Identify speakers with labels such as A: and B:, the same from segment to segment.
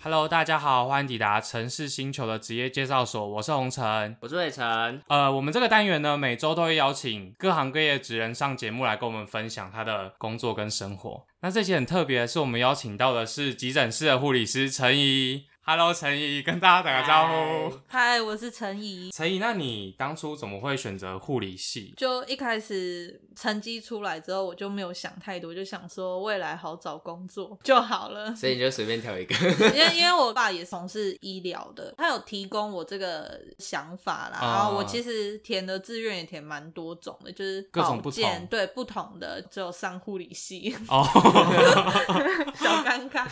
A: Hello，大家好，欢迎抵达城市星球的职业介绍所，我是红尘。
B: 我是伟成，。
A: 呃，我们这个单元呢，每周都会邀请各行各业的职人上节目来跟我们分享他的工作跟生活。那这期很特别，是我们邀请到的是急诊室的护理师陈怡。Hello，陈怡，跟大家打个招呼。
C: 嗨，我是陈怡。
A: 陈怡，那你当初怎么会选择护理系？
C: 就一开始成绩出来之后，我就没有想太多，就想说未来好找工作就好了
B: 所以你就随便挑一个。
C: 因为因为我爸也从事医疗的，他有提供我这个想法啦。
A: 啊
C: 然后我其实填的志愿也填蛮多种的，就是
A: 各种不
C: 保健
A: 同
C: 对不同的，只有上护理系，
A: 哦、
C: 小尴尬。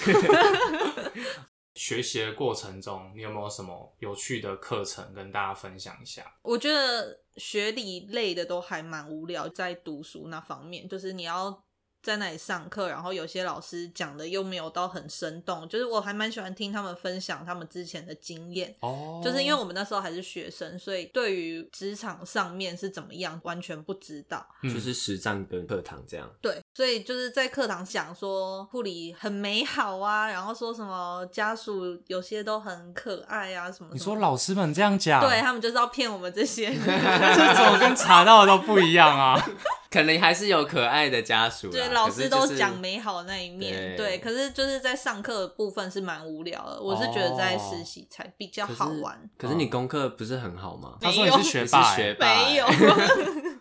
A: 学习的过程中，你有没有什么有趣的课程跟大家分享一下？
C: 我觉得学理类的都还蛮无聊，在读书那方面，就是你要在那里上课，然后有些老师讲的又没有到很生动，就是我还蛮喜欢听他们分享他们之前的经验。
A: 哦
C: 就是因为我们那时候还是学生，所以对于职场上面是怎么样完全不知道。
A: 嗯
B: 就是实战跟课堂这样，
C: 对，所以就是在课堂讲说护理很美好啊，然后说什么家属有些都很可爱啊，什么什么
A: 你说老师们这样讲，
C: 对，他们就是要骗我们这 些人。
A: 这种跟查到的都不一样啊。
B: 可能还是有可爱的家属啦。
C: 对，老
B: 可是
C: 师
B: 就
C: 都
B: 是
C: 讲美好那一面，
B: 对
C: 对。可是就是在上课的部分是蛮无聊的，我是觉得在实习才比较好玩。
B: 哦可是你功课不是很好吗？
A: 他说
C: 没
A: 你
C: 有
A: 是学霸、
B: 你是学
A: 欸，
B: 霸哎
C: 没有，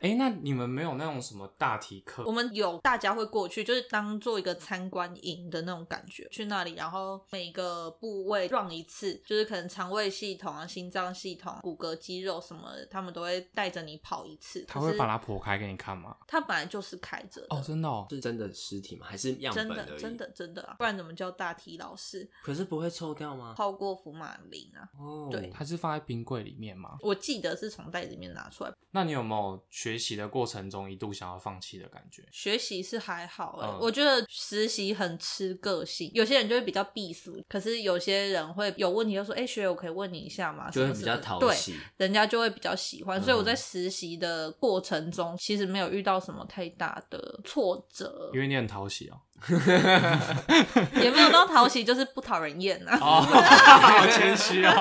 A: 哎、那你们没有那种什么大题课
C: 我？们有大家会过去，就是当做一个参观营的那种感觉，去那里，然后每个部位 run 一次，就是可能肠胃系统啊、心脏系统、骨骼、肌肉什么的，他们都会带着你跑一次。
A: 他
C: 可
A: 会
C: 是
A: 把它剖开给你看吗？
C: 它本来就是开着的
A: 哦，真的哦，
B: 是真的尸体吗？还是样
C: 真
B: 本
C: 的
B: 而已？
C: 真。的真的啊，不然怎么叫大体老师？
B: 可是不会臭掉吗？
C: 泡过福马林啊。
B: 哦，
C: 对
A: 它是放在冰柜里面吗？
C: 我记得是从袋子里面拿出来。
A: 那你有没有学习的过程中一度想要放弃的感觉？
C: 学习是还好、欸，
A: 嗯
C: 我觉得实习很吃个性，有些人就会比较避俗，可是有些人会有问题就说：“哎、学友，我可以问你一下吗？”
B: 就会
C: 什么
B: 比
C: 什么
B: 较讨
C: 对，
B: 喜。
C: 人家就会比较喜欢。所以我在
B: 嗯
C: 实习的过程中，其实没有遇到什么太大的挫折
A: 因，为你很讨喜哦。
C: 也没有到讨喜，就是不讨人厌啊。
A: 哦，好谦虚哦。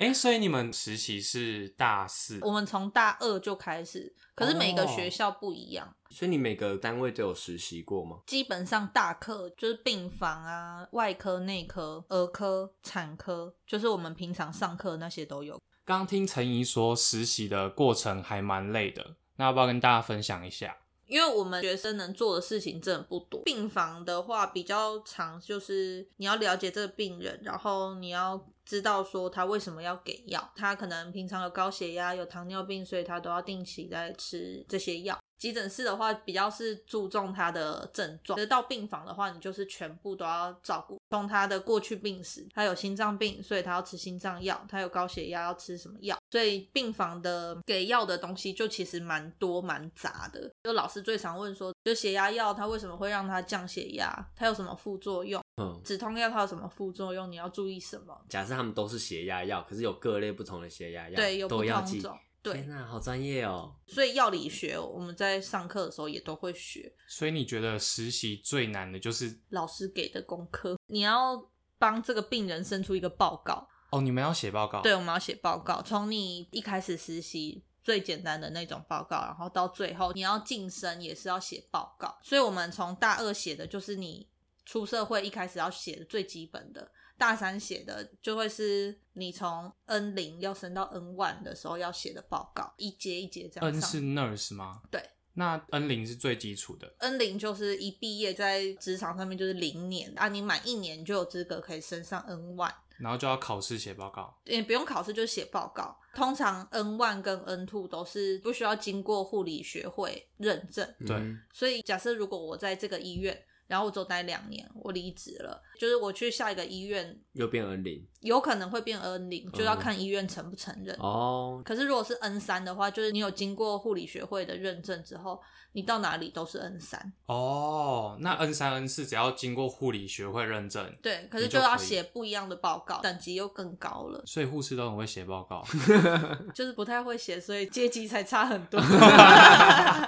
A: 哎、所以你们实习是大四
C: 我们从大二就开始，可是每个
A: 哦
C: 学校不一样。
B: 所以你每个单位都有实习过吗？
C: 基本上大科就是病房啊、外科、内科、儿科、产科，就是我们平常上课那些都有。
A: 刚听陈怡说实习的过程还蛮累的，那要不要跟大家分享一下？
C: 因为我们学生能做的事情真的不多。病房的话比较长，就是你要了解这个病人，然后你要知道说他为什么要给药，他可能平常有高血压、有糖尿病，所以他都要定期在吃这些药。急诊室的话，比较是注重他的症状；，可是到病房的话，你就是全部都要照顾，从他的过去病史，他有心脏病，所以他要吃心脏药；，他有高血压，要吃什么药。所以病房的给药的东西就其实蛮多蛮杂的。就老师最常问说，就血压药它为什么会让它降血压？它有什么副作用？
B: 嗯，
C: 止痛药它有什么副作用？你要注意什么？
B: 假设他们都是血压药，可是有各类不同的血压药，
C: 对，有不
B: 啊都要
C: 同
B: 记。
C: 种。对
B: 天，哪、好专业哦！
C: 所以药理学我们在上课的时候也都会学。
A: 所以你觉得实习最难的就是
C: 老师给的功课，你要帮这个病人生出一个报告。
A: 哦，你们要写报告，
C: 对，我们要写报告，从你一开始实习最简单的那种报告，然后到最后你要晋升也是要写报告。所以我们从大二写的就是你出社会一开始要写的最基本的，大三写的就会是你从 N 零要升到 N one 的时候要写的报告，一节一节这样
A: ，N
C: 上
A: 是 nurse 吗？
C: 对，
A: 那 N 零是最基础的
C: N 零就是一毕业在职场上面就是零年啊，你满一年就有资格可以升上 N one。
A: 然后就要考试写报告。
C: 也不用考试，就写报告。通常 N one 跟 N two 都是不需要经过护理学会认证，
A: 对
B: 嗯
C: 所以假设如果我在这个医院，然后我只有待两年，我离职了，就是我去下一个医院，
B: 又变恩零
C: 有可能会变 N 零，
A: 嗯
C: 就要看医院承不承认。
B: 哦，
C: 可是如果是 N 三的话，就是你有经过护理学会的认证之后，你到哪里都是 N 三。
A: 哦，
C: 嗯
A: 那 N 三 N 四只要经过护理学会认证，
C: 对，可
A: 你
C: 是
A: 就
C: 就要
A: 可以
C: 写不一样的报告，等级又更高了，
A: 所以护士都很会写报告。
C: 就是不太会写，所以阶级才差很多。
A: 他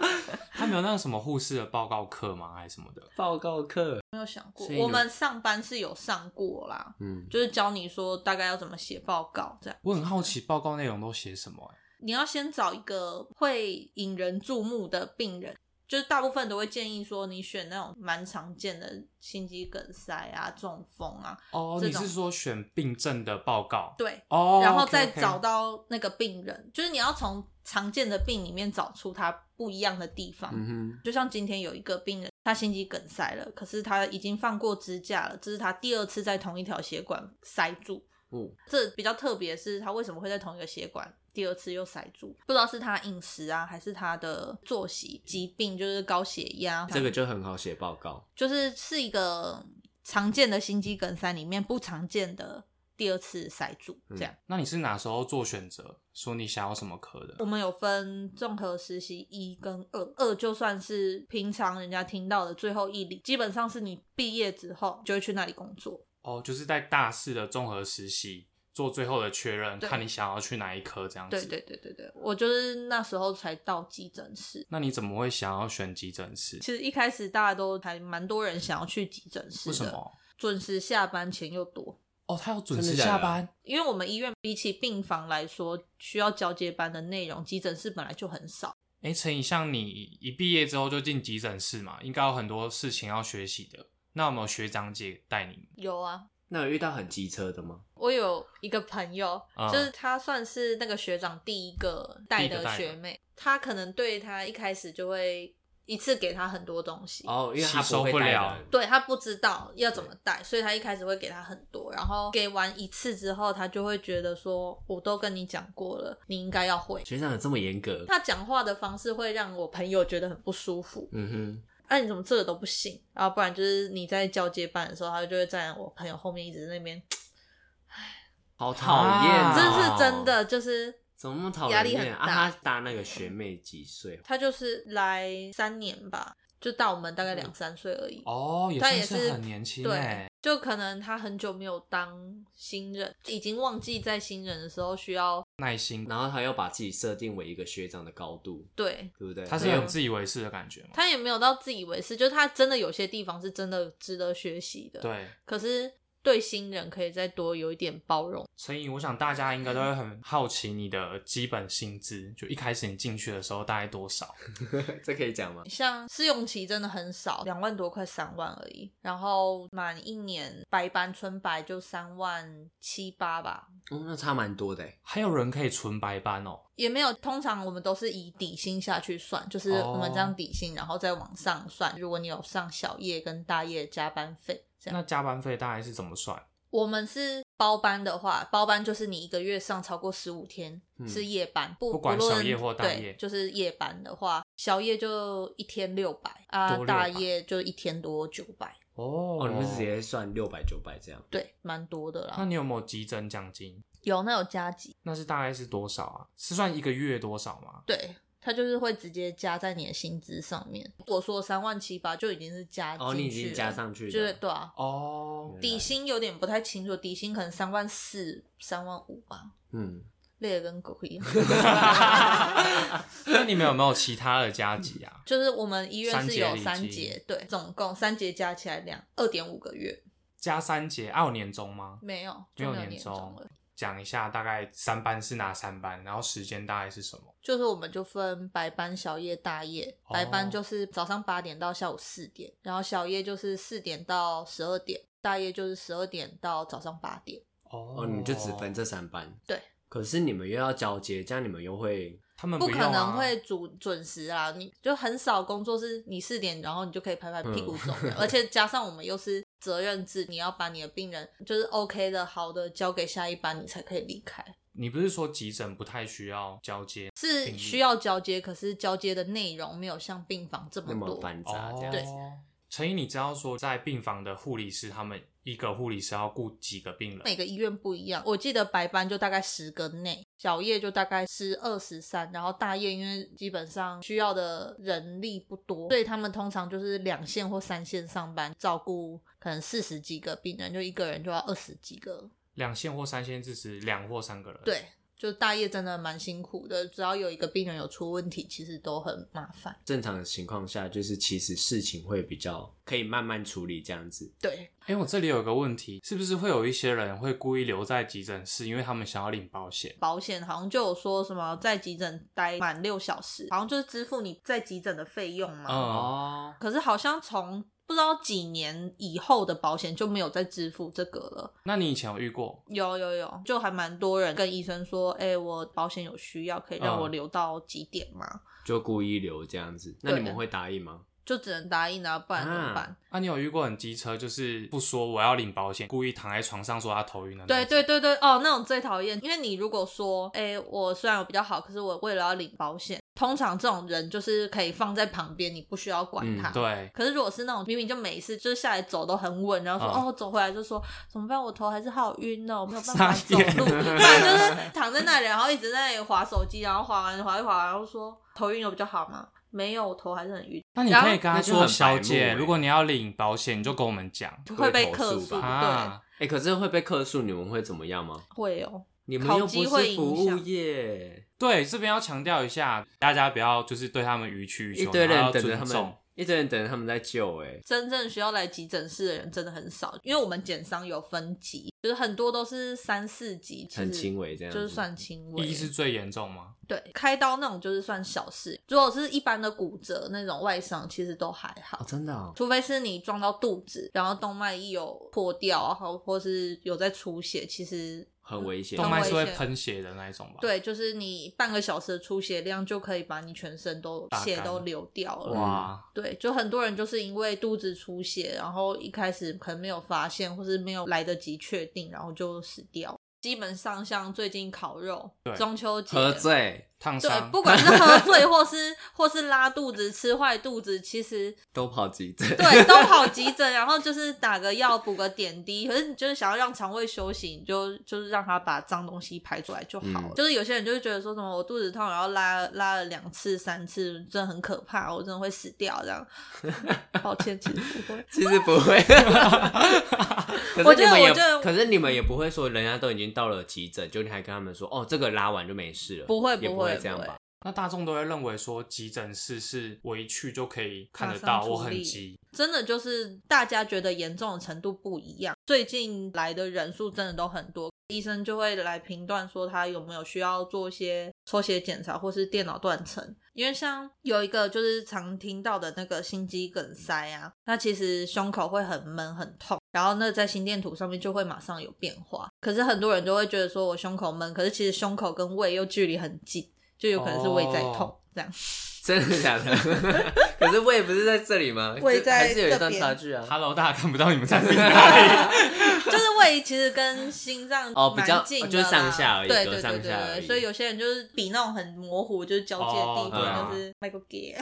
A: 他们有那个什么护士的报告课吗？还是什么的？
B: 报告课，
C: 没有想过
B: 所以，你
C: 我们上班是有上过啦，
B: 嗯，
C: 就是教你说大概要怎么写报告这样。
A: 我很好奇报告内容都写什么、欸？
C: 你要先找一个会引人注目的病人，就是大部分都会建议说你选那种蛮常见的心肌梗塞啊、中风啊，
A: 哦，
C: 这
A: 你
C: 种
A: 是说选病症的报告？
C: 对，
A: 哦，
C: 然后
A: OK，OK
C: 再找到那个病人就是你要从常见的病里面找出他不一样的地方。
B: 嗯
C: 就像今天有一个病人，他心肌梗塞了，可是他已经放过支架了，这是他第二次在同一条血管塞住。
B: 哼，哦，
C: 这比较特别是，他为什么会在同一个血管第二次又塞住？不知道是他饮食啊，还是他的作息疾病，就是高血压。
B: 这个就很好写报告，
C: 就是是一个常见的心肌梗塞里面不常见的第二次塞住
B: 嗯
C: 这样。
A: 那你是哪时候做选择，说你想要什么科
C: 我
A: 的？
C: 们有分综合实习一跟二，二就算是平常人家听到的最后一里，基本上是你毕业之后就会去那里工作。
A: 哦，就是在大四的综合实习做最后的确认，
C: 对
A: 看你想要去哪一科这样子。
C: 对对。对对对，我就是那时候才到急诊室，
A: 那你怎么会想要选急诊室？
C: 其实一开始大家都还蛮多人想要去急诊室
A: 为
C: 的，
A: 什么？
C: 准时下班钱又多，
A: 哦，他要准时
B: 真的假
A: 下
B: 的
A: 班。
C: 因为我们医院比起病房来说，需要交接班的内容，急诊室本来就很少。
A: 哎，陈以像你一毕业之后就进急诊室嘛，应该有很多事情要学习的。那有没有学长姐带你？
C: 有啊，
B: 那有遇到很机车的吗？
C: 我有一个朋友，
A: 啊
C: 就是他算是那个学长第一个带
A: 第一个
C: 的
A: 带的
C: 学妹，他可能对他一开始就会一次给他很多东西，
B: 哦，因为他
A: 吸收
B: 会
A: 不
B: 带
A: 了
B: 人
C: 对他不知道要怎么带，所以他一开始会给他很多，然后给完一次之后，他就会觉得说，我都跟你讲过了，你应该要会。
B: 学长有这么严格？
C: 他讲话的方式会让我朋友觉得很不舒服，
B: 嗯哼，
C: 哎、你怎么这个都不行？然后不然就是你在交接班的时候，他就会站我朋友后面一直在那边，
B: 好讨厌哦，
A: 啊
C: 这是真的，就是
B: 怎么那么讨
C: 压力
B: 人
C: 很
B: 厌啊？
C: 大
B: 他大那个学妹几岁？
C: 他就是来三年吧，就大我们大概两三岁而已。
A: 嗯哦，也
C: 他
A: 算
C: 也
A: 是
C: 是
A: 很年轻
C: 对
A: 哎。，
C: 就可能他很久没有当新人，已经忘记在新人的时候需要
A: 耐心，
B: 然后他又把自己设定为一个学长的高度，
C: 对
B: 对不对？
A: 他是
B: 没有
A: 很自以为是的感觉嘛？
C: 他也没有到自以为是，就是他真的有些地方是真的值得学习的。，
A: 对，
C: 可是对新人可以再多有一点包容。
A: 陈颖，我想大家应该都会很好奇你的基本薪资，就一开始你进去的时候大概多少？
B: 这可以讲吗？
C: 像试用期真的很少，两万多，快三万而已。然后满一年白班春白就三万七八吧，
B: 哦，那差蛮多的欸。
A: 还有人可以纯白班哦，
C: 也没有。通常我们都是以底薪下去算，就是
A: 哦
C: 我们这样底薪，然后再往上算。如果你有上小夜跟大夜加班费，这样
A: 那加班费大概是怎么算？
C: 我们是包班的话，包班就是你一个月上超过十五天、
B: 嗯
C: 是夜班，不
A: 不管
C: 论
A: 小夜或大夜
C: 对就是夜班的话，小夜就一天六百啊
A: 多，600
C: 大夜就一天多九百，
A: 哦
B: 哦，你们是直接算六百九百这样？
C: 对，蛮多的
A: 那
C: 啦。
A: 你有没有急诊奖金？
C: 有那有加急，
A: 那是大概是多少啊？是算一个月多少吗？
C: 对。它就是会直接加在你的薪资上面。我说三万七八就已经是加进去
B: 哦，
C: 了
B: 你已经加上去了，
C: 就是对啊。
A: 哦
B: 原来
C: 底薪有点不太清楚，底薪可能三万四、三万五吧，
B: 嗯，
C: 累得跟狗一样。
A: 那你们有没有其他的加急啊？
C: 就是我们医院是有
A: 三节
C: 三
A: 礼金
C: 节，对，总共三节加起来两二点五个月，
A: 加三节，啊，有年终吗？
C: 没有
A: 没
C: 就
A: 有
C: 没有
A: 年
C: 终
A: 终
C: 了。
A: 讲一下大概三班是哪三班，然后时间大概是什么？
C: 就是我们就分白班、小夜、大夜。
A: 哦
C: 白班就是早上八点到下午四点，然后小夜就是四点到十二点，大夜就是十二点到早上八点。
A: 哦
B: 哦，你们就只分这三班。
C: 对。
B: 可是你们又要交接，这样你们又会
A: 他们
C: 不
A: 用
C: 可
A: 啊
C: 能会准准时啊！你就很少工作是你四点，然后你就可以拍拍屁股走的，而且加上我们又是责任制，你要把你的病人就是 OK 的、好的交给下一班，你才可以离开。
A: 你不是说急诊不太需要交接
C: 是需要交接，可是交接的内容没有像病房这
B: 那么
C: 么多。
B: 繁杂
A: 哦
B: 这样
C: 对
B: 子？
A: 陈怡，你知道说在病房的护理师，他们一个护理师要顾几个病人？
C: 每个医院不一样，我记得白班就大概十个内，小夜就大概十二十三，然后大夜因为基本上需要的人力不多，所以他们通常就是两线或三线上班，照顾可能四十几个病人，就一个人就要二十几个。
A: 两线或三线，至少两或三个人。，
C: 对，就大夜真的蛮辛苦的，只要有一个病人有出问题，其实都很麻烦。
B: 正常的情况下，就是其实事情会比较可以慢慢处理这样子。
C: 对，
A: 哎、我这里有个问题，是不是会有一些人会故意留在急诊室，因为他们想要领保险？
C: 保险好像就有说什么在急诊待满六小时，好像就是支付你在急诊的费用嘛。
A: 嗯，
B: 哦，
C: 可是好像从不知道几年以后的保险就没有再支付这个了。
A: 那你以前有遇过？
C: 有有有，就还蛮多人跟医生说，哎、我保险有需要，可以让
A: 嗯
C: 我留到几点吗？
B: 就故意留这样子。那
C: 对
B: 你们会答应吗？
C: 就只能答应啊，不然怎么办？
B: 啊
A: 啊，你有遇过很机车，就是不说我要领保险，故意躺在床上说他头晕的？
C: 对对，对对，哦，那种最讨厌，因为你如果说，哎、我虽然我比较好，可是我为了要领保险，通常这种人就是可以放在旁边，你不需要管
B: 嗯
C: 他。
A: 对，
C: 可是如果是那种明明就每次就是下来走都很稳，然后说、
A: 嗯
C: 哦走回来就说怎么办，我头还是好晕哦，没有办
A: 傻
C: 法走
A: 眼
C: 路，不然就是躺在那里，然后一直在那里划手机，然后划完划一划，然后说头晕有比较好吗？没有，我头还是很晕，
A: 那你
C: 然
A: 可以
C: 后
A: 跟他
B: 那就
A: 说，
B: 很
A: 小
B: 白目
A: 姐，
B: 欸
A: 如果你要领保险，你就跟我们讲
C: 会被
B: 投
C: 客
B: 诉
C: 诉，
B: 吧
C: 对，
A: 啊。
B: 哎、可是会被客诉，你们会怎么样吗？
C: 会哦。
B: 你们
C: 考
B: 又
C: 绩
B: 不
C: 会
B: 是
C: 影
B: 服务
C: 响
B: 业，
A: 对，这边要强调一下，大家不要就是对他们予取予
B: 一
A: 求，
B: 堆
A: 然后
B: 人
A: 要
B: 等着
A: 尊
B: 他们
A: 重。，
B: 一堆人等着他们在救、哎，
C: 真正需要来急诊室的人真的很少，因为我们减伤有分级，就是很多都是三四级，其实
B: 很轻微这样子
C: 就是算轻微。
A: 一是最严重吗？
C: 对开刀那种就是算小事，如果是一般的骨折那种外伤，其实都还好。
B: 哦，真的、哦，
C: 除非是你撞到肚子，然后动脉一有破掉啊，或或是有在出血，其实
B: 很危险。
A: 动脉是
C: 危
A: 会
C: 险
A: 喷血的那一种吧？，
C: 对，就是你半个小时的出血量就可以把你全身都
A: 打
C: 血
A: 干
C: 都流掉了。
A: 哇，
C: 对，就很多人就是因为肚子出血，然后一开始可能没有发现，或是没有来得及确定，然后就死掉。基本上像最近烤肉
A: 对、
C: 中秋节
B: 喝醉
A: 烫
C: 对，
A: 伤，
C: 不管是喝醉 或是或是拉肚子、吃坏肚子，其实
B: 都跑急 诊，
C: 对都跑急诊，然后就是打个药、补个点滴。可是你就是想要让肠胃休息，你就就是让它把脏东西排出来就好了。
B: 嗯
C: 就是有些人就是觉得说什么我肚子痛，然后拉拉了两次、三次，真的很可怕，我真的会死掉 这样。抱歉，其实不会。
B: 其实不 会。可
C: 我
B: 是你
C: 觉
B: 们
C: 得我
B: 也
C: 觉得，
B: 可是你们也不会说，人家都已经到了急诊，就你还跟他们说，哦，这个拉完就没事了，
C: 不会
B: 也
C: 不
B: 不
C: 会
B: 这样
C: 不会
B: 吧？
A: 那大众都会认为说急诊室是我一去就可以看得
C: 马上
A: 到，
C: 处
A: 我很
C: 理
A: 急。
C: 真的就是大家觉得严重的程度不一样。最近来的人数真的都很多，医生就会来评断说他有没有需要做一些抽血检查或是电脑断层。因为像有一个就是常听到的那个心肌梗塞啊，那其实胸口会很闷很痛，然后那在心电图上面就会马上有变化。可是很多人就会觉得说我胸口闷，可是其实胸口跟胃又距离很近，就有可能是胃在痛、
A: 哦
C: 这样。
B: 真的假的？ 可是胃不是在这里吗？
C: 胃
B: 就
C: 在
B: 还是有一
C: 这
B: 段
C: 边
B: 差距啊。
A: Hello，大家看不到你们在 哪里。
C: 就是胃其实跟心脏
B: 哦比较
C: 蛮近的啦
B: 就是上下而已
C: 对
B: 隔
C: 对
B: 上
C: 对对
B: 下而已
C: 对，所以有些人就是比那种很模糊，就是交界的地
A: 哦对啊
C: 方，就是迈个 g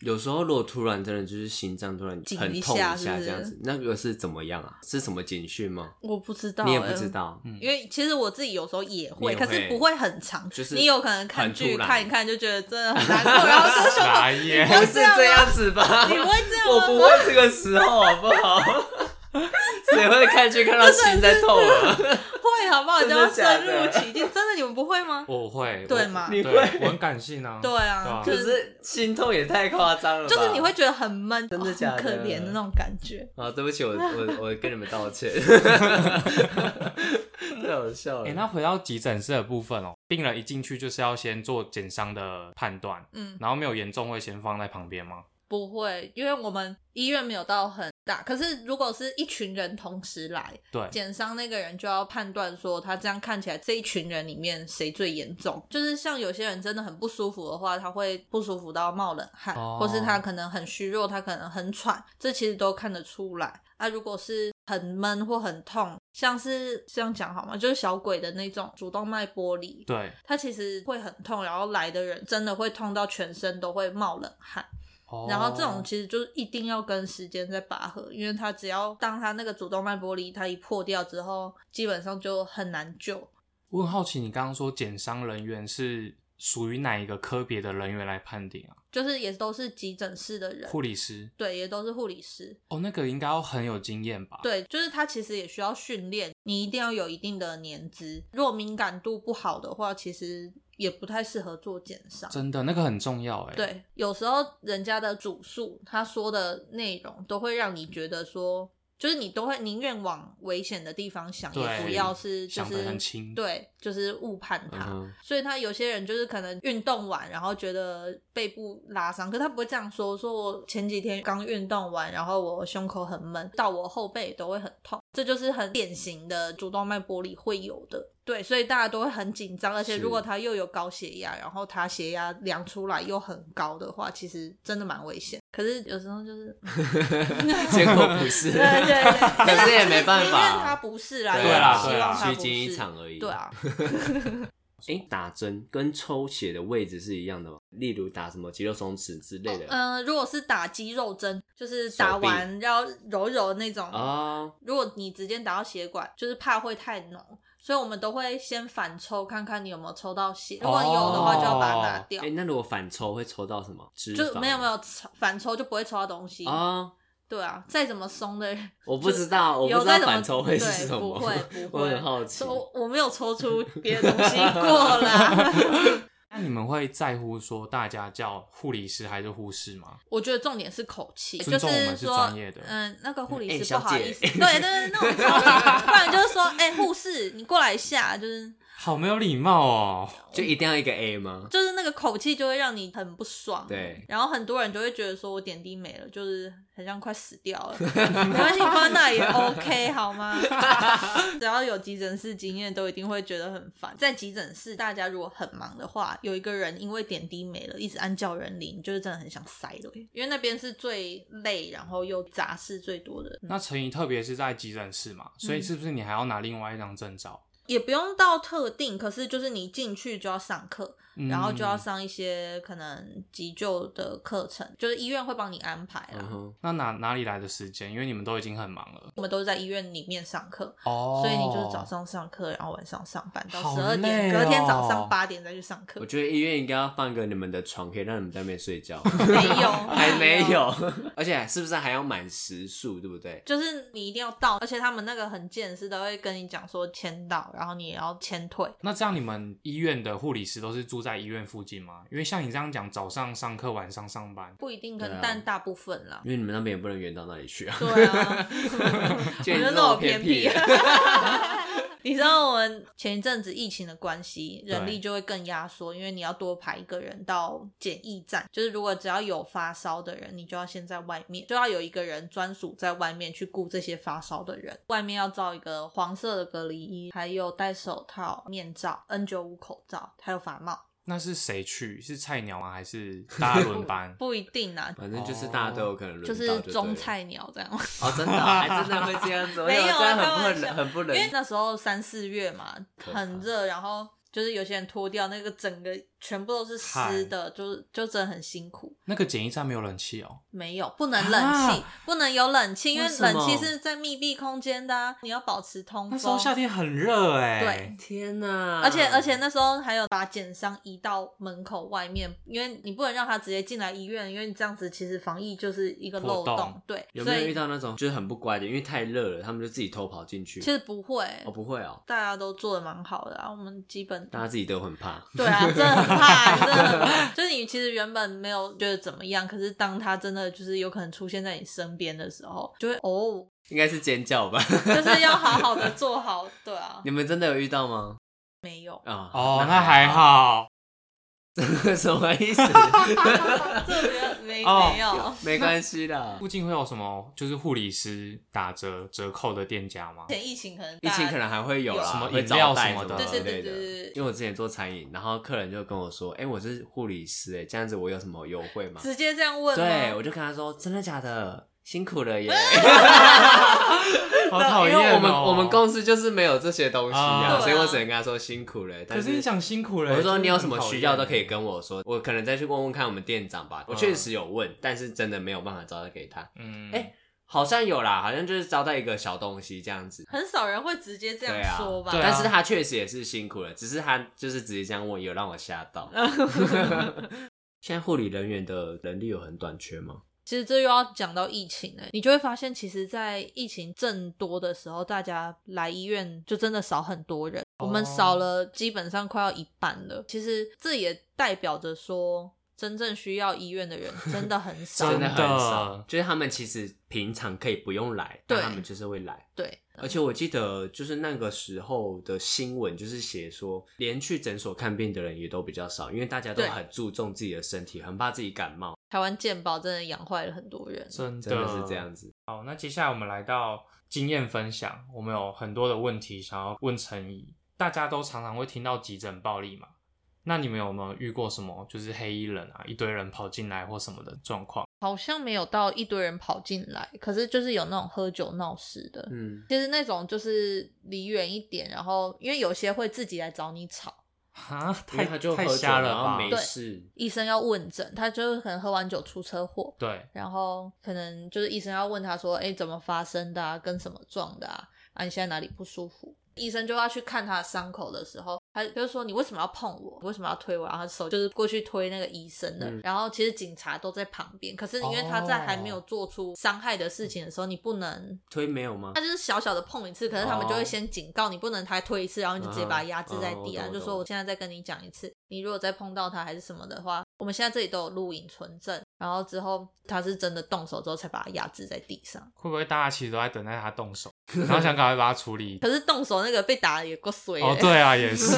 B: 有时候如果突然真的就是心脏突然
C: 紧
B: 很
C: 一
B: 痛
C: 下
B: 一
C: 是
B: 下
C: 不
B: 这样
C: 是
B: 子，那个是怎么样啊？是什么警讯吗？
C: 我不知道，欸
B: 你也不知，道，
C: 因为其实我自己有时候也
B: 你
C: 会，
B: 也
C: 可
B: 会
C: 是不会很长，
B: 就是
C: 你有可能看
B: 很
C: 剧
B: 突然
C: 看一看就觉得真的很难过，然后 就说
A: 傻
B: 不
A: 眼，
B: 是这样子吧？
C: 你不会这样吗
B: 我不会这个时候好不 好？谁会看剧看到心在痛啊？
C: 会好不好？
B: 真
C: 就
B: 的
C: 要
B: 假
C: 深
B: 的
C: 入 其境，真的你们不会吗？
A: 我会，
C: 对
A: 我
C: 嘛
B: 你
A: 对
B: 会
A: 我很感性啊。
C: 对啊，
A: 对
C: 就
B: 可
C: 是
B: 是心痛也太夸张了吧，
C: 就是你会觉得很闷，
B: 真的
C: 哦
B: 假的
C: 很可怜的那种感觉。
B: 啊，对不 起，我我我跟你们道歉，太好笑
A: 哎、
B: 了。
A: 那回到急诊室的部分哦，病人一进去就是要先做减伤的判断，
C: 嗯，
A: 然后没有严重会先放在旁边吗？
C: 不会，因为我们医院没有到很大，可是如果是一群人同时来，
A: 对，
C: 减伤那个人就要判断说，他这样看起来这一群人里面谁最严重。就是像有些人真的很不舒服的话，他会不舒服到冒冷汗，
A: 哦
C: 或是他可能很虚弱，他可能很喘，这其实都看得出来。啊，如果是很闷或很痛，像是这样讲好吗？就是小鬼的那种主动脉剥离，
A: 对，
C: 它其实会很痛，然后来的人真的会痛到全身都会冒冷汗。
A: 哦
C: 然后这种其实就是一定要跟时间在拔河，因为它只要当它那个主动脉剥离它一破掉之后，基本上就很难救。
A: 我很好奇，你刚刚说减伤人员是属于哪一个科别的人员来判定啊？
C: 就是也都是急诊室的人，
A: 护理师
C: 对，也都是护理师。
A: 哦，那个应该要很有经验吧？，
C: 对，就是他其实也需要训练，你一定要有一定的年资。如果敏感度不好的话，其实也不太适合做减伤。
A: 真的那个很重要哎、，
C: 对，有时候人家的主诉他说的内容都会让你觉得说，就是你都会宁愿往危险的地方想，也不
A: 对
C: 要是就
A: 想得很
C: 是
A: 轻。
C: 对，就是误判
B: 嗯
C: 他。
B: 哼，
C: 所以他有些人就是可能运动完，然后觉得背部拉伤，可是他不会这样说，说我前几天刚运动完，然后我胸口很闷，到我后背都会很痛，这就是很典型的主动脉剥离会有的。对，所以大家都会很紧张，而且
B: 是
C: 如果他又有高血压，然后他血压量出来又很高的话，其实真的蛮危险。可是有时 候就是，
B: 结果不是，
C: 对对对，
B: 可是也
C: 就
B: 没办
C: 宁
B: 法
C: 愿他不是啦，
B: 对啊
C: 也
A: 啦
C: 希
A: 对
C: 望
A: 啦
C: 他
B: 虚
C: 不
B: 惊一
C: 是。
B: 场而已。
C: 啊对啊，
B: 哎、打针跟抽血的位置是一样的吗？例如打什么肌肉松弛之类的啊、
C: 嗯、如果是打肌肉针，就是打
B: 手臂
C: 完要揉一揉那种。
B: 哦
C: 如果你直接打到血管，就是怕会太浓，所以我们都会先反抽，看看你有没有抽到血。如果你有的话，就要把它拿掉。
B: 哎、那如果反抽会抽到什么？脂肪
C: 就没有没有抽反抽就不会抽到东西。
B: 啊、哦
C: 对啊，再怎么松的人，
B: 我不知道，我不
C: 有
B: 知
C: 再
B: 道
C: 怎
B: 反抽会是
C: 对
B: 什么，
C: 不会 不
B: 我
C: 会。
B: 很好奇。
C: 抽我没有抽出别的 东西过啦。
A: 那你们会在乎说大家叫护理师还是护士吗？
C: 我觉得重点是口气，
A: 尊
C: 就
A: 重我们是
C: 说
A: 专业的
C: 嗯，那个护理
B: 哎
C: 师
B: 小
C: 不好
B: 姐
C: 意思，对对对，那种 超级，不然就是说，哎、护士，你过来一下，就是
A: 好没有礼貌哦。
B: 就一定要一个 A 吗？
C: 就是那个口气就会让你很不爽，
B: 对
C: 然后很多人就会觉得说我点滴没了，就是很像快死掉了， 没关系，你放在那里也 OK 好吗？ 只要有急诊室经验，都一定会觉得很烦。在急诊室，大家如果很忙的话，有一个人因为点滴没了，一直按叫人铃，就是真的很想塞了，因为那边是最累，然后又杂事最多的。
A: 那陈怡特别是在急诊室嘛，所以
C: 嗯
A: 是不是你还要拿另外一张证照？
C: 也不用到特定，可是就是你进去就要上课，
A: 嗯
C: 然后就要上一些可能急救的课程，就是医院会帮你安排啦。
B: 嗯哼，
A: 那哪哪里来的时间？因为你们都已经很忙了
C: 我们都是在医院里面上课，
A: 哦
C: 所以你就是早上上课，然后晚上上班到
A: 好
C: 十二点，
A: 累
C: 隔天早
A: 哦
C: 上八点再去上课
B: 我。觉得医院应该要放个你们的床，可以让你们在那边睡觉。
C: 没有，
B: 还没，有， 而且是不是还要满时数，对不对？
C: 就是你一定要到，而且他们那个很贱的是都会跟你讲说签到，然后你也要签退。
A: 那这样你们医院的护理师都是住在医院附近吗？因为像你这样讲，早上上课，晚上上班，
C: 不一定跟，
B: 对啊
C: 但大部分啦。
B: 因为你们那边也不能远到那里去啊。
C: 对啊，
B: 我
C: 我觉得那我偏僻。 你知道我们前一阵子疫情的关系，人力就会更压缩，因为你要多排一个人到检疫站，就是如果只要有发烧的人，你就要先在外面，就要有一个人专属在外面去顾这些发烧的人，外面要罩一个黄色的隔离衣，还有戴手套、面罩、N95 口罩，还有法帽，？
A: 那是谁去？是菜鸟吗？还是大家轮班
C: 不一定啊。
B: 反正就是大家都有可能轮
C: 哦就
B: 到
C: 是
B: 对了
C: 中菜鸟这样，
B: 哦，真的啊还真的会这样子，
C: 没有啊
B: 我觉得这样很不
C: 开玩笑
B: 能，很不
C: 因为
B: 能。
C: 那时候三四月嘛，
B: 可
C: 很
B: 怕
C: 热，然后就是有些人脱掉那个整个全部都是湿的，就是就真的很辛苦。
A: 那个检疫站没有冷气哦、
C: 没有，不能冷气，不能有冷气，因为
B: 啊为什么
C: 冷气是在密闭空间的、啊，你要保持通
A: 那时候
C: 风。
A: 夏天很热哎、
C: 对，
B: 天哪！
C: 而且而且那时候还有把检伤移到门口外面，因为你不能让他直接进来医院，因为你这样子其实防疫就是一个
A: 破
C: 漏
A: 洞
C: 对，
B: 有
C: 所
B: 没有遇
C: 以
B: 到那种就是很不乖的，因为太热了，他们就自己偷跑进去
C: 其？实不会，
B: 哦，不会哦，
C: 大家都做的蛮好的啊，我们基本
B: 大家自己都很怕。
C: 对啊，真的很怕，真的很怕。就是你其实原本没有觉得怎么样，可是当他真的就是有可能出现在你身边的时候，就会哦，
B: 应该是尖叫吧？
C: 就是要好好的做好。对啊，
B: 你们真的有遇到吗？，
C: 没有
B: 啊，
A: 哦，那还。好。
B: 什么意思？
C: 这边没
A: 哦
C: 没有。
B: 没关系的
A: 附，近会有什么就是护理师打折折扣的店家吗
C: 以？前疫情可能
B: 疫
C: 大家
B: 情可能还会有啦，
A: 什么
B: 会
A: 饮料
B: 招待
A: 什么的
B: 之
C: 啊对对
B: 类
C: 对对对
B: 因为我之前做餐饮，然后客人就跟我说：“哎、我是护理师、哎，这样子我有什么优惠吗
C: 直接这样？”问吗，
B: 对，我就跟他说：“真的假的？辛苦了耶！”
A: 好讨厌、哦
B: 因为我们我们公司就是没有这些东西啊，
A: 啊
B: 所以我只能跟他说辛苦了。
A: 可
B: 但
A: 是你想辛苦了、
B: 我就说
A: 真的
B: 你有什
A: 很
B: 么
A: 讨
B: 需要
A: 厌
B: 都可以跟我说，我可能再去问问看我们店长吧。我
A: 嗯
B: 确实有问，但是真的没有办法招待给他。
A: 嗯，
B: 哎好像有啦，好像就是招待一个小东西这样子。
C: 很少人会直接这
B: 对
C: 样说吧？
A: 对啊
B: 但是他确实也是辛苦了，只是他就是直接这样问，有让我吓 到。现在护理人员的人力有很短缺吗？
C: 其实这又要讲到疫情了，你就会发现，其实，在疫情正多的时候，大家来医院就真的少很多人，
A: 哦
C: 我们少了基本上快要一半了。其实这也代表着说，真正需要医院的 人真的很少。
B: 真的很少
A: 真的，
B: 就是他们其实平常可以不用来，但
C: 对
B: 他们就是会来。
C: 对，
B: 而且我记得就是那个时候的新闻，就是写说，连去诊所看病的人也都比较少，因为大家都
C: 对
B: 很注重自己的身体，很怕自己感冒，
C: 台湾健保真的养坏了很多人。
A: 真的
B: 真的是这样子。
A: 好，那接下来我们来到经验分享，我们有很多的问题想要问陈怡。大家都常常会听到急诊暴力嘛，那你们有没有遇过什么就是黑衣人啊，一堆人跑进来或什么的状况？
C: 好像没有到一堆人跑进来，可是就是有那种喝酒闹事的。
B: 嗯，
C: 其实那种就是离远一点，然后因为有些会自己来找你吵，
A: 哈，
B: 因
A: 太
B: 为他就喝
A: 太
B: 酒，
A: 瞎了
B: 然后
A: 吧？
B: 没事，
C: 医生要问诊，他就是可能喝完酒出车祸，
A: 对，
C: 然后可能就是医生要问他说，哎，怎么发生的啊？跟什么撞的啊？啊，你现在哪里不舒服？医生就要去看他的伤口的时候，他就说你为什么要碰我？为什么要推我？然后他手就是过去推那个医生的。
B: 嗯
C: 然后其实警察都在旁边，可是因为他在还没有做出伤害的事情的时候，你不能，
B: 推没有吗
C: 他？就是小小的碰一次，可是他们就会先警告你不能他推一次，然后你就直接把他压制在地
B: 哦嗯，嗯
C: 啊
B: 我懂
C: 就
B: 我
C: 说
B: 懂
C: 我现在再跟你讲一次，你如果再碰到他还是什么的话，我们现在这里都有录影存证，然后之后他是真的动手之后才把他压制在地上，
A: 会不会大家其实都在等待他动 手，然后想赶快把他处理？
C: 可是动手那个被打得也够衰、
A: 哦，，对啊，也 是，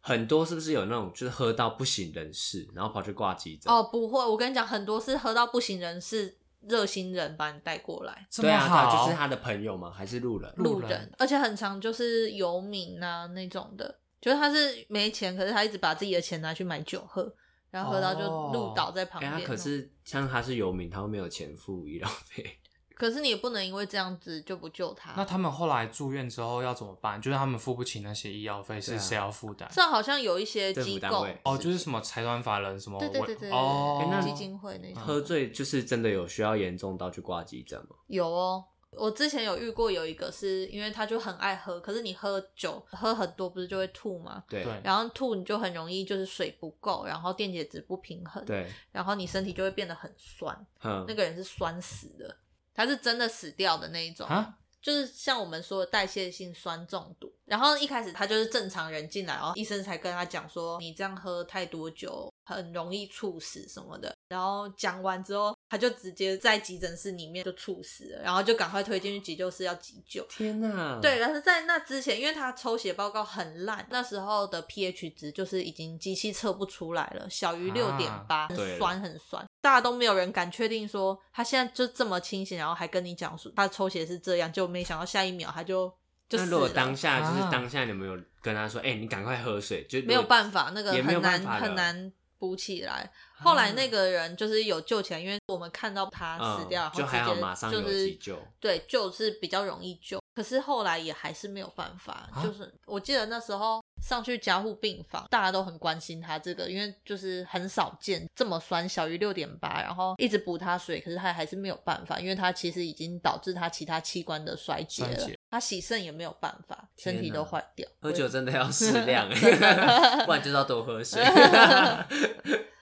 B: 很多是不是有那种就是喝到不省人事，然后跑去挂急诊？
C: 哦，不会，我跟你讲，很多是喝到不省人事，热心人把你带过来。
A: 这
B: 对
A: 么
B: 啊，他
A: 好，
B: 就是他的朋友吗？还是路人？
A: 路
C: 路
A: 人
C: 人，而且很常就是游民啊那种的，就是他是没钱，可是他一直把自己的钱拿去买酒喝，然后喝到就
A: 哦
C: 路倒在旁
B: 哎、
C: 边
B: 他
C: 那种。
B: 可是像他是游民，他又没有钱付医疗费，
C: 可是你也不能因为这样子就不救他。
A: 那他们后来住院之后要怎么办？就是他们付不起那些医药费，
B: 对
A: 是
B: 啊
A: 谁要负担？
C: 这好像有一些
B: 政府
C: 机
B: 单
C: 构，
B: 位
A: 哦，就是什么财团法人什么
C: 对对
A: 委
C: 对对对，
A: 哦
B: 哎，那
C: 基金会那种
B: 喝醉就是真的有需要严重到去挂急诊吗？
C: 有哦。我之前有遇过有一个是因为他就很爱喝，可是你喝酒喝很多不是就会吐吗？
B: 对
A: 对
C: 然后吐你就很容易就是水不够，然后电解质不平衡，
B: 对，
C: 然后你身体就会变得很酸。
B: 嗯，
C: 那个人是酸死的，他是真的死掉的那一种，
A: 啊，
C: 就是像我们说的代谢性酸中毒。然后一开始他就是正常人进来，然后医生才跟他讲说，你这样喝太多酒很容易猝死什么的。然后讲完之后，他就直接在急诊室里面就猝死了，然后就赶快推进去急救室要急救。
B: 天哪、
C: 对，，但是在那之前，因为他抽血报告很烂，那时候的 pH 值就是已经机器测不出来了，小于六点八，
B: 啊对了
C: 很酸很酸，大家都没有人敢确定说他现在就这么清醒，然后还跟你讲说他抽血是这样，就没想到下一秒他就就
B: 那
C: 死
B: 如果
C: 了。
B: 当下就是
A: 啊
B: 当下你们有跟他说，哎、你赶快喝水，就
C: 没有办法，那个
B: 也没有
C: 很
B: 办
C: 难
B: 法了啊
C: 很难补起来。后来那个人就是有救起来，因为我们看到他死掉，
B: 嗯就还
C: 然
B: 好
C: 后直接
B: 马上有
C: 就是
B: 急救
C: 对，就是比较容易救。可是后来也还是没有办法，
A: 啊
C: 就是我记得那时候上去加护病房，大家都很关心他这个，因为就是很少见这么酸，小于六点八，然后一直补他水，可是他还是没有办法，因为他其实已经导致他其他器官的衰竭
A: 衰
C: 了
A: 竭，
C: 他洗肾也没有办法，身体
B: 天哪
C: 都坏掉。
B: 喝酒
C: 对
B: 真的要适 量、
C: 真
B: 欸，
C: 的
B: 不然就是要多喝水。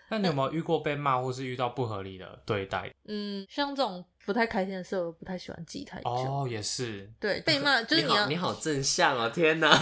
A: 那你有没有遇过被骂或是遇到不合理的对待？
C: 嗯，像这种不太开心的事，我不太喜欢记太久。
A: 哦，也是，
C: 对，被骂 就是
B: 你好，
C: 要
B: 你好正向哦，天 哪！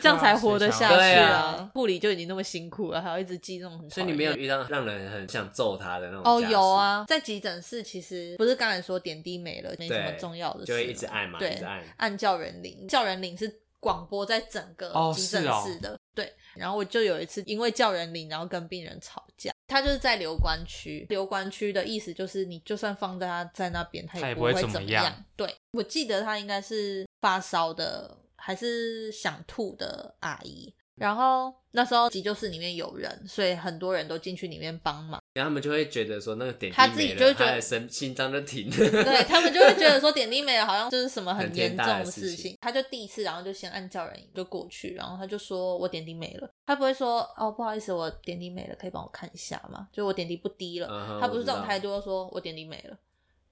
C: 这样才活得下
B: 对
C: 去
B: 啊
C: 啊！护理就已经那么辛苦了，还要一直记那种很讨
B: 所
C: 厌。
B: 以你没有遇到让人很想揍他的那种
C: 哦，
B: 家属
C: 有，啊，在急诊室其实不是刚才说点滴没了，没什么重要的事，
B: 就会一直按嘛，
C: 对
B: 一直按。
C: 按叫人铃，叫人铃是广播在整个
A: 哦
C: 急诊室的。对，然后我就有一次因为叫人铃，然后跟病人吵架。他就是在留观区，留观区的意思就是你就算放在他在那边，他
A: 他也
C: 也
A: 不
C: 不
A: 会
C: 会
A: 怎么
C: 么
A: 样
C: 对，我记得他应该是发烧的，还是想吐的阿姨。然后那时候急救室里面有人，所以很多人都进去里面帮忙。
B: 然后他们就会觉得说那个点滴
C: 他自己
B: 没了
C: 就会觉
B: 他
C: 得
B: 的心心脏就停了。
C: 对他们就会觉得说点滴没了好像就是什么
B: 很天
C: 严重
B: 大的
C: 的
B: 事
C: 事
B: 情
C: 情，他就第一次，然后就先按叫人就过去，然后他就说我点滴没了，他不会说哦不好意思我点滴没了，可以帮我看一下吗？就我点滴不滴了，
B: 嗯哼
C: 他不
B: 我
C: 是
B: 知
C: 这种
B: 道
C: 态度，说我点滴没了。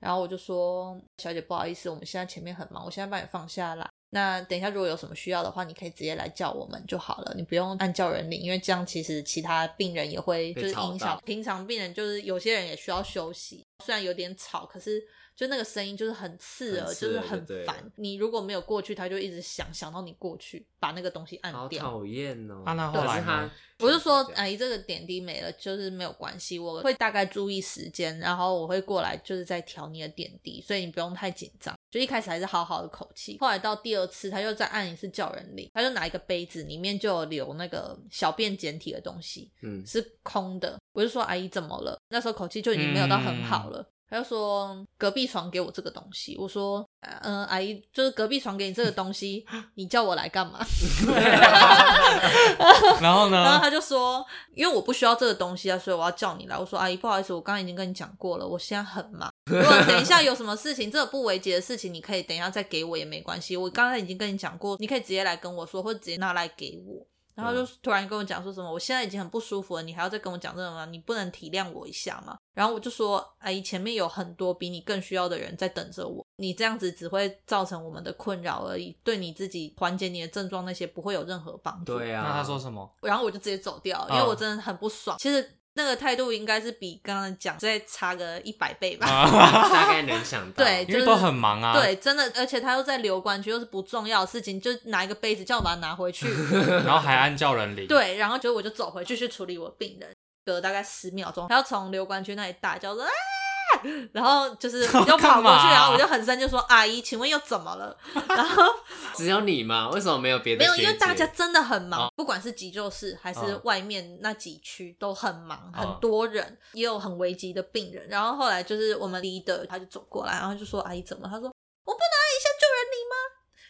C: 然后我就说：“小姐，不好意思，我们现在前面很忙，我现在帮你放下啦。那等一下如果有什么需要的话，你可以直接来叫我们就好了，你不用按叫人铃，因为这样其实其他病人也会
B: 被
C: 就是
B: 吵
C: 影
B: 到
C: 响。平常病人就是有些人也需要休息，虽然有点吵，可是就那个声音就是很刺
B: 很
C: 耳，
B: 刺
C: 就是
B: 耳就
C: 很
B: 对了
C: 烦。你如果没有过去，他就一直想想到你过去，把那个东西按
B: 好
C: 掉。
B: 讨厌哦。
A: 啊那后
B: 可
A: 来
B: 是
A: 呢
B: 他，
C: 我就说，哎
B: 这样
C: 阿姨，这个点滴没了，就是没有关系，我会大概注意时间，然后我会过来，就是在调你的点滴，所以你不用太紧张。就一开始还是好好的口气，后来到第二次，他就再按一次叫人铃，他就拿一个杯子，里面就有留那个小便简体的东西，
B: 嗯，
C: 是空的。我就说，阿姨怎么了？那时候口气就已经没有到很好
B: 嗯
C: 了。他就说隔壁床给我这个东西，我说，呃嗯、阿姨，就是隔壁床给你这个东 西，你叫我来干嘛？
A: 然后
C: 然后
A: 呢？
C: 他就说，因为我不需要这个东西啊，所以我要叫你来。我说阿姨，不好意思，我刚刚已经跟你讲过了，我现在很忙。如果等一下有什么事情，这个不为结的事情，你可以等一下再给我也没关系。我刚才已经跟你讲过，你可以直接来跟我说，或者直接拿来给我。然后就突然跟我讲说什么，我现在已经很不舒服了，你还要再跟我讲这个吗？你不能体谅我一下吗？然后我就说，阿姨，前面有很多比你更需要的人在等着我，你这样子只会造成我们的困扰而已，对你自己缓解你的症状那些不会有任何帮助。
B: 对啊。
A: 那他说什么？
C: 然后我就直接走掉，
A: 嗯
C: 因为我真的很不爽。其实那个态度应该是比刚刚讲再差个一百倍吧。
A: 啊
B: 大概能想到，
C: 对
A: 因
C: 就
A: 为
C: 是
A: 都很忙啊。。
C: 对，真的，而且他又在留管区，又是不重要的事情，就拿一个杯子叫我把它拿回 去。
A: 然后还按叫人铃。。
C: 对，然后就我就走回去去处理我病人，隔大概十秒钟，他要从留管区那里大叫说啊，然后就是 我就跑
A: 干
C: 过
A: 嘛
C: 去，然后我就很生气地说阿姨，请问又怎么了？然后
B: 只有你吗？为什么没有别的
C: 没
B: 学姐？哦
C: 有，因为大家真的很忙，不管是急救室还是
A: 嗯
C: 外面那几区都很忙，
B: 哦
A: 嗯
C: 很多人，也有很危急的病人。然后后来就是我们 leader 他就走过来，然后就说：“阿姨怎么？”他说：“我不啊能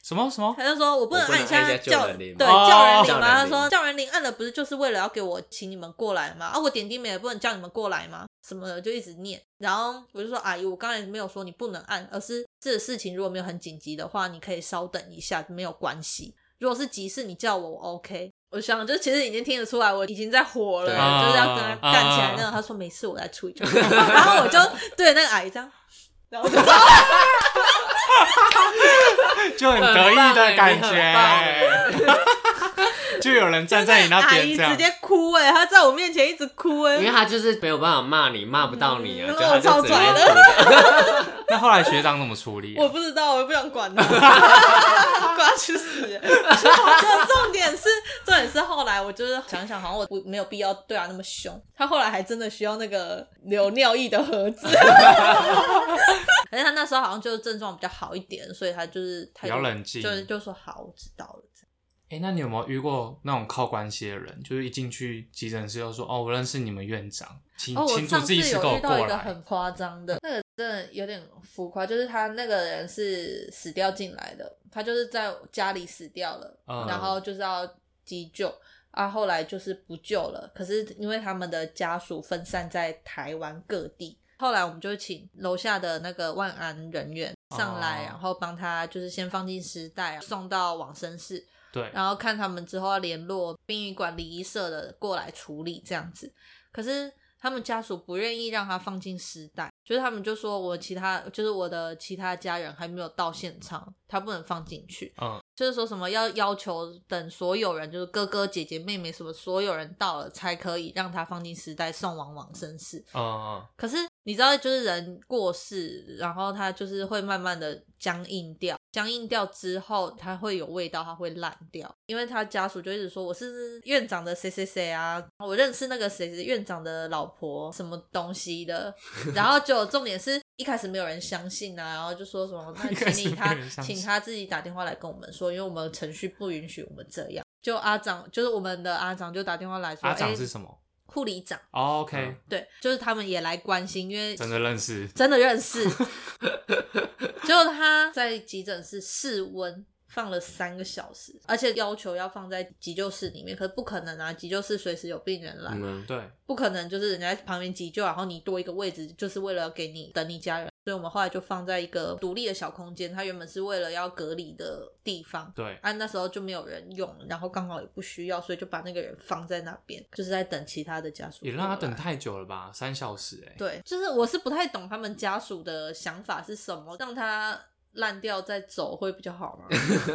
A: 什么什么？
C: 按一下救人铃吗？”他就说：“我不
B: 我
C: 能
B: 不能
C: 按下
B: 按一下救
C: 叫
B: 人铃吗
C: 对
A: 哦
C: 叫人铃
B: 叫
C: 吗？”他
B: 人铃
C: 说：“叫人铃按了不是就是为了要给我请你们过来吗？啊，我点滴没了，不能叫你们过来吗？”什么的就一直念，然后我就说：“阿姨，我刚才没有说你不能按，而是这个事情如果没有很紧急的话，你可以稍等一下，没有关系。”如果是急事，你叫我，我 OK。我想，就其实已经听得出来，我已经在火了，
B: 对
C: 就是要跟
A: 啊
C: 他干起来那种。他说没事，我来处理就好。 然后我就对那个阿姨这样，然后我就走了。
A: 就很得意的感
B: 很棒欸
A: 觉， 就有人站在你那
C: 阿
A: 边
C: 姨
A: 这
C: 直
A: 样。
C: 接哭哎、她在我面前一直哭哎、
B: 因为他就是没有办法骂你，骂不到你啊，
C: 嗯
B: 就他
C: 我超
B: 就只能
C: 拽的
B: 哭的。
A: 那后来学长怎么处理啊？
C: 我不知道，我也不想 管他，管他去死。就是重点是，重点是后来我就是想想，好像我不没有必要对他那么凶。他后来还真的需要那个留尿液的 盒子，可是他那时候好像就是症状比较好一点，所以他就是他
A: 比较冷静
C: 就是就说好，我知道了。
A: 哎、那你有没有遇过那种靠关系的人？就是一进去急诊室就说：“哦，我认识你们院长，请、
C: 哦，我
A: 请主
C: 上次
A: 治医师
C: 有
A: 给我
C: 遇到一
A: 过
C: 个
A: 来。
C: 很夸张的，那个真的有点浮夸，就是他那个人是死掉进来的，他就是在家里死掉了，
A: 嗯
C: 然后就是要急救。啊，后来就是不救了，可是因为他们的家属分散在台湾各地，后来我们就请楼下的那个万安人员上来，
A: 哦
C: 然后帮他就是先放进尸袋，啊送到往生室，
A: 对，
C: 然后看他们之后要联络殡仪馆礼仪社的过来处理这样子。可是他们家属不愿意让他放进尸袋，就是他们就说我其他就是我的其他家人还没有到现场，他不能放进去。
A: 嗯，
C: 就是说什么要要求等所有人，就是哥哥姐姐妹妹什么所有人到了才可以让他放进尸袋送往往生室。
A: 嗯嗯
C: 可是你知道，就是人过世，然后它就是会慢慢的僵硬掉，僵硬掉之后，它会有味道，它会烂掉。因为他家属就一直说我是院长的谁谁谁啊，我认识那个谁谁院长的老婆什么东 西的，然后就重点是一开始没有人相信啊，然后就说 什么
A: 一
C: 那
A: 开始
C: 请你他
A: 没有人相信
C: 请他自己打电话来跟我们说，因为我们程序不允许我们这样。就阿长，就是我们的阿长，就打电话来说，
A: 阿长
C: 哎嗯
A: 是什么、
C: 护理长，
A: 哦 o k
C: 对，就是他们也来关心，因为
A: 真的认 识，
C: 真的认识。结果他在急诊室室温，放了三个小时，而且要求要放在急救室里面，可是不可能啊，急救室随时有病人来，
B: 嗯啊，
A: 对，
C: 不可能就是人家在旁边急救，然后你多一个位置，就是为了给你等你家人。所以我们后来就放在一个独立的小空间，它原本是为了要隔离的地方。
A: 对，
C: 啊，那时候就没有人用，然后刚好也不需要，所以就把那个人放在那边，就是在等其他的家属。
A: 也让他等。太久了吧，三小时 哎、
C: 对，就是我是不太懂他们家属的想法是什么，让他烂掉再走会比较 好吗？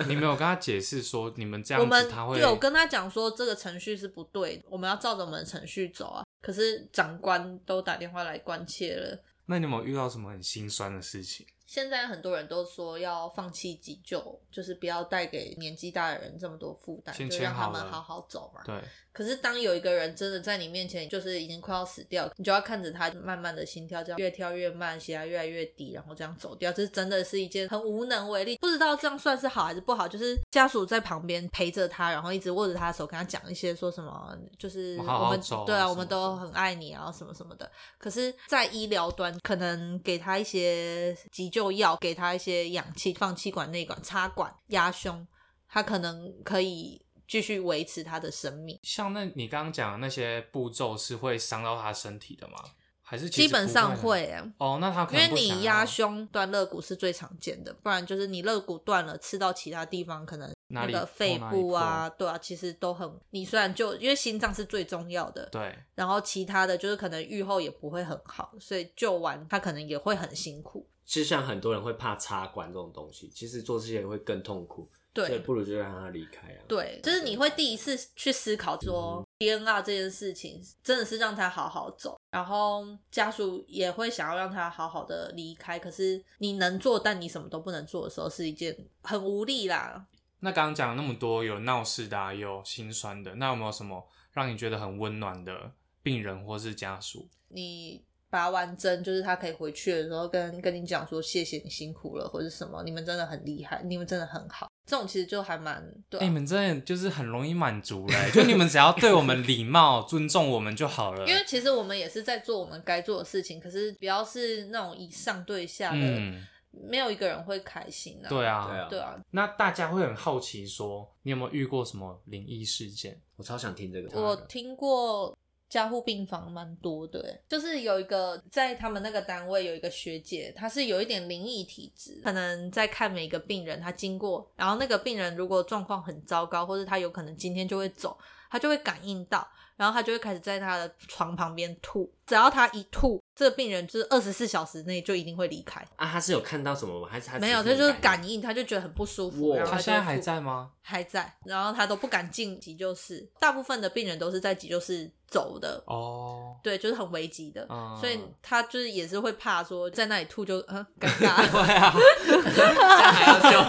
A: 你没有跟他解释说你们这
C: 我
A: 样
C: 们
A: 子他会
C: 有跟他讲说这个程序是不对的，我们要照着我们的程序走啊。可是长官都打电话来关切了。
A: 那你有没有遇到什么很心酸的事情？
C: 现在很多人都说要放弃急救，就是不要带给年纪大的人这么多负担，
A: 先
C: 就
A: 签
C: 让他
A: 好
C: 们
A: 了
C: 好好走嘛。
A: 对，
C: 可是当有一个人真的在你面前，就是已经快要死掉，你就要看着他慢慢的心跳，这样越跳越慢，血压越来越低，然后这样走掉，这真的是一件很无能为力，不知道这样算是好还是不好。就是家属在旁边陪着他，然后一直握着他的手，跟他讲一些说什么，就是
A: 我
C: 我
A: 们
C: 们
A: 好好走啊
C: 对
A: 什么
C: 啊，
A: 的
C: 我们都很爱你啊，什么什么的。可是，在医疗端，可能给他一些急救药，给他一些氧气，放气管、内管、插管、压胸，他可能可以继续维持他的生命。
A: 像那你刚刚讲的那些步骤是会伤到他身体的吗？还是其
C: 基
A: 实
C: 本
A: 不
C: 上
A: 呢
C: 会、欸，
A: 哦，那他可
C: 因
A: 能
C: 为
A: 不想
C: 你
A: 要
C: 压胸断肋骨是最常见的，不然就是你肋骨断了，刺到其他地方，可能
A: 哪
C: 那
A: 里
C: 个肺
A: 痛哪里
C: 部啊，对啊，其实都很。你虽然就因为心脏是最重要的，
A: 对，
C: 然后其他的就是可能愈后也不会很好，所以救完他可能也会很辛苦。
B: 其实像很多人会怕插管这种东西，其实做这些会更痛苦，所以
C: 对
B: 不如就让他离开啊。
C: 对，就是你会第一次去思考说 DNR 这件事情真的是让他好好走，然后家属也会想要让他好好的离开，可是你能做但你什么都不能做的时候，是一件很无力啦。
A: 那刚刚讲了那么多，有闹事的、啊，也有心酸的，那有没有什么让你觉得很温暖的病人或是家属？
C: 你拔完针，就是他可以回去的时候跟跟你讲说谢谢你辛苦了，或者什么，你们真的很厉害，你们真的很好。这种其实就还蛮对、
A: 哎、你
C: 啊，
A: 们真的就是很容易满足嘞、就你们只要对我们礼貌、尊重我们就好了。
C: 因为其实我们也是在做我们该做的事情，可是不要是那种以上对下的，
A: 嗯，
C: 没有一个人会开心的、
A: 对啊，
B: 对啊
C: 对啊，
A: 那大家会很好奇说，你有没有遇过什么灵异事件？
B: 我超想听这个。
C: 我听过加护病房蛮多的欸，就是有一个在他们那个单位有一个学姐，她是有一点灵异体质，可能在看每一个病人，她经过，然后那个病人如果状况很糟糕，或者他有可能今天就会走，她就会感应到，然后她就会开始在她的床旁边吐，只要她一吐，这个病人就是二十四小时内就一定会离开，
B: 啊，他是有看到什么吗？还是他
C: 没有，
B: 这
C: 这就是感应，她就觉得很不舒服，
B: 哇
C: 然后
A: 他
C: 就
A: 现在
C: 会
A: 还
C: 吐
A: 在吗？
C: 还在，然后他都不敢进急救室。大部分的病人都是在急救室走的，
A: 哦，
C: 对，就是很危急的，
B: 哦
A: 嗯
C: 所以他就是也是会怕说在那里吐就很 尴尬，
B: 对 啊，这样还要救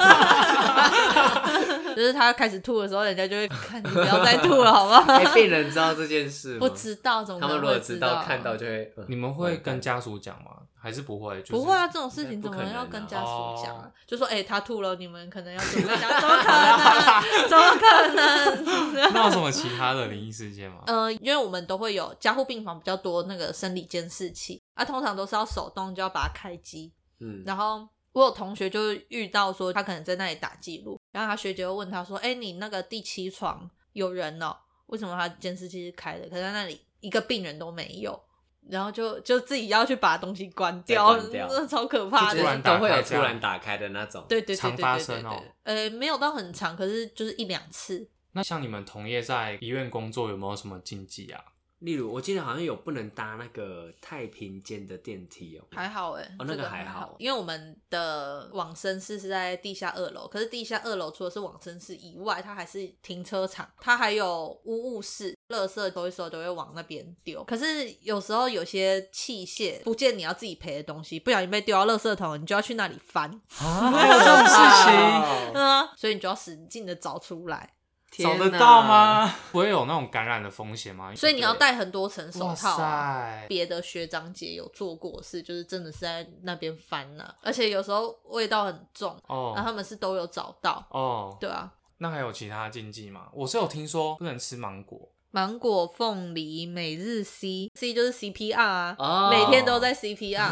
B: 吗？
C: 就是他开始吐的时候，人家就会看你不要再吐 了，好不好？
B: 哎，病人知道这件事吗？
C: 不知道怎么
B: 他们
C: 可
B: 如
C: 能
B: 果
C: 会
B: 知
C: 道啊
B: 道看到就会，嗯
A: 你们会
B: 完蛋
A: 跟家属讲吗？还是不会？就是、
C: 不会啊，这种事情
B: 不
C: 怎
B: 可
C: 么
B: 能
C: 要
B: 啊
C: 跟家属讲
A: 哦
C: 啊？就说哎、他吐了，你们可能要怎么讲？ 怎么可能？怎么可能？
A: 那有什么其他的灵异事件 吗？
C: 呃，因为我们都会有加护病房比较多那个生理监视器，啊，通常都是要手动就要把它开机。
B: 嗯，
C: 然后我有同学就遇到说他可能在那里打记录，然后他学姐就问他说：“哎，你那个第七床有人哦？为什么他监视器是开的？可是他那里一个病人都没有。”然后就就自己要去把东西关掉，
B: 再关掉
C: 那超可
B: 就
C: 怕
A: 突
C: 的
B: 是。
A: 然打
B: 都会有
A: 开这
B: 突
A: 样
B: 然打开的那种，，
C: 对对对对
A: 常
C: 对
A: 发
C: 对对
A: 生哦
C: 呃，没有到很长，可是就是一两次。
A: 那像你们同业在医院工作有没有什么禁忌啊？
B: 例如，我记得好像有不能搭那个太平间的电梯哦，
C: 还好哎、欸
B: 哦那
C: 这
B: 个
C: 个
B: 还好
C: 好，因为我们的往生室是在地下二楼，可是地下二楼除了是往生室以外，它还是停车场，它还有污物室，垃圾收一收都会往那边丢。可是有时候有些器械不见你要自己赔的东西，不小心被丢到垃圾桶，你就要去那里翻，
B: 哦
A: 啊，还有这种事情？
B: 情
C: 嗯，所以你就要使劲的找出来，
A: 找得到？吗？不会有那种感染的风险吗？
C: 所以你要戴很多层手
A: 哇
C: 套、啊。
A: 塞，
C: 别的学长姐有做过的事，就是真的是在那边翻了、而且有时候味道很重，然后
A: 哦
C: 他们是都有找到，
A: 哦，
C: 对啊，
A: 那还有其他禁忌吗？我是有听说不能吃芒果，
C: 芒果凤梨每日 C，C 就是 CPR 啊，
B: 哦
C: 每天都在 CPR。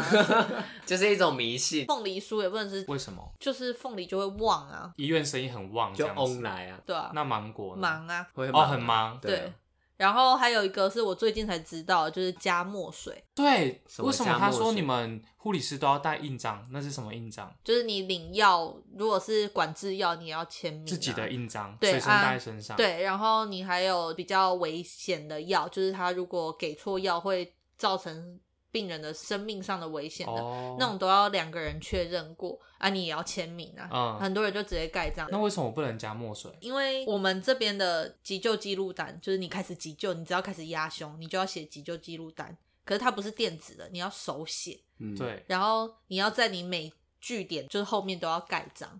B: 就是一种迷信，
C: 啊 凤梨酥也不能吃，
A: 为什么
C: 就是凤梨就会旺啊，
A: 医院生意很旺这
B: 就
A: 样
B: 翁
A: 子？
B: 来啊，
C: 对啊，
A: 那芒果呢
C: 忙啊，
B: 会
A: 哦，很忙。
B: 对
C: 对。然后还有一个是我最近才知道的，就是加墨水，
A: 对，
B: 什么
A: 为什么他
B: 加墨
A: 说
B: 水
A: 你们护理师都要带印章？那是什么印章？
C: 就是你领药，如果是管制药，你也要签名、啊。
A: 自己的印章，
C: 对
A: 随身
C: 啊
A: 带在身上。，
C: 对，然后你还有比较危险的药，就是他如果给错药会造成病人的生命上的危险的，
A: 哦，
C: 那种都要两个人确认过啊，你也要签名啊。
A: 嗯
C: 很多人就直接盖章。
A: 那为什么我不能加墨水？
C: 因为我们这边的急救记录单，就是你开始急救，你只要开始压胸，你就要写急救记录单。可是它不是电子的，你要手写，
B: 嗯，
A: 对，
C: 然后你要在你每据点就是后面都要盖章，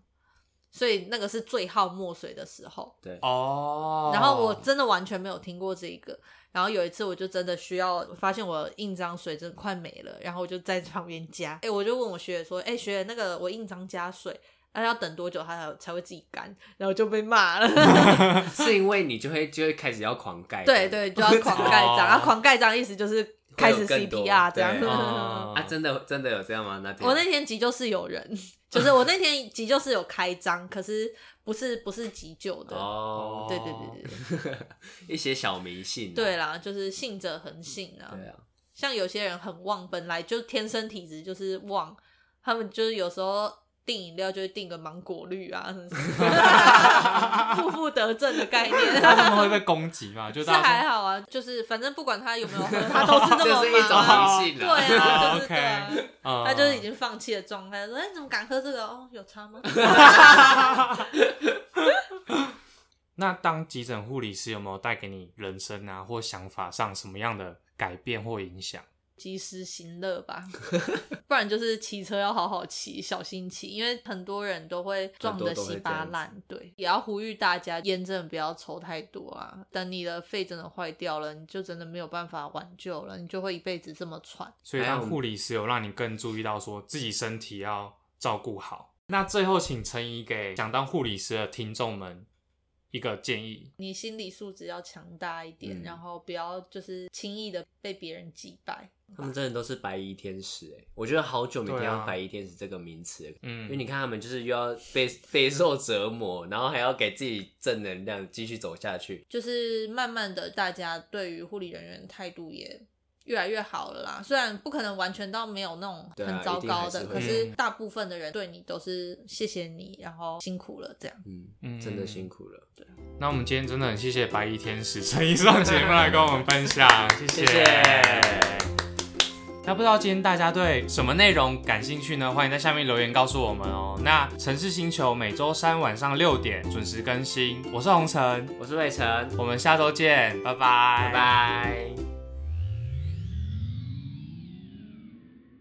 C: 所以那个是最耗墨水的时候。
B: 对，
A: 哦，
C: 然后我真的完全没有听过这一个。然后有一次我就真的需要，发现我印章水真的快没了，然后我就在旁边加。哎，我就问我学姐说：“哎，学姐，那个我印章加水，那、要等多久它才才会自己干？”然后就被骂了。
B: 是因为你就会就会开始要狂盖，
C: 对对，就要 狂盖章。
A: 哦
C: 然后狂盖章的意思就是开始
B: 会有更多
C: CPR 这样。
B: 对
A: 哦
B: 啊，真的真的有这样吗？那天
C: 我那天急救室有人，就是我那天急救室有开张，可是不是不是急救的。
B: 哦，
C: 对对对对对，
B: 一些小迷信啊，
C: 对啦，就是信者恒信啊。
B: 对啊，
C: 像有些人很旺，本来就天生体质就是旺，他们就是有时候订饮料就会订个芒果绿啊，什么 负负得正的 概
A: 那 他
C: 念。
A: 们会被攻击嘛？就是大家
C: 还
A: 说
C: 好啊，就是反正不管他有没有 喝，他都是那么
B: 就是一种
C: 忙啊
B: 迷信
C: 对
B: 啦
A: 哦
C: 啊，就是对啊，
A: 嗯
C: 他就是已经放弃了状态，说哎怎么敢喝这个？哦，有差吗？
A: 那当急诊护理师有没有带给你人生啊或想法上什么样的改变或影响？
C: 及时行乐吧， 不然就是骑车要好好骑，小心骑，因为很多人都会撞得稀巴烂。对，也要呼吁大家烟真的不要抽太多啊！等你的肺真的坏掉了，你就真的没有办法挽救了，你就会一辈子这么喘。
A: 所以当护理师有让你更注意到说自己身体要照顾好。那最后请陈怡给想当护理师的听众们一个建议。
C: 你心理素质要强大一点，
B: 嗯
C: 然后不要就是轻易的被别人击败。
B: 他们真的都是白衣天使哎，我觉得好久没听
A: 对啊
B: 到白衣天使这个名词了，因为
A: 嗯，
B: 你看他们就是又要被备受折磨， 然后还要给自己正能量，继续走下去。
C: 就是慢慢的，大家对于护理人员的态度也越来越好了啦。虽然不可能完全到没有那种
B: 对啊
C: 很糟糕的，
B: 一定
C: 可
B: 还是会嗯
C: 是大部分的人对你都是谢谢你，然后辛苦了这样。
B: 嗯，
A: 嗯
B: 真的辛苦了，
A: 那我们今天真的很谢谢白衣天使陈怡上节目来跟我们分享，谢
B: 谢
A: 谢。
B: 谢。
A: 那不知道今天大家对什么内容感兴趣呢？欢迎在下面留言告诉我们哦。那城市星球每周三晚上六点准时更新，我是红尘，
B: 我是魏晨，
A: 我们下周见，拜拜，
B: 拜拜。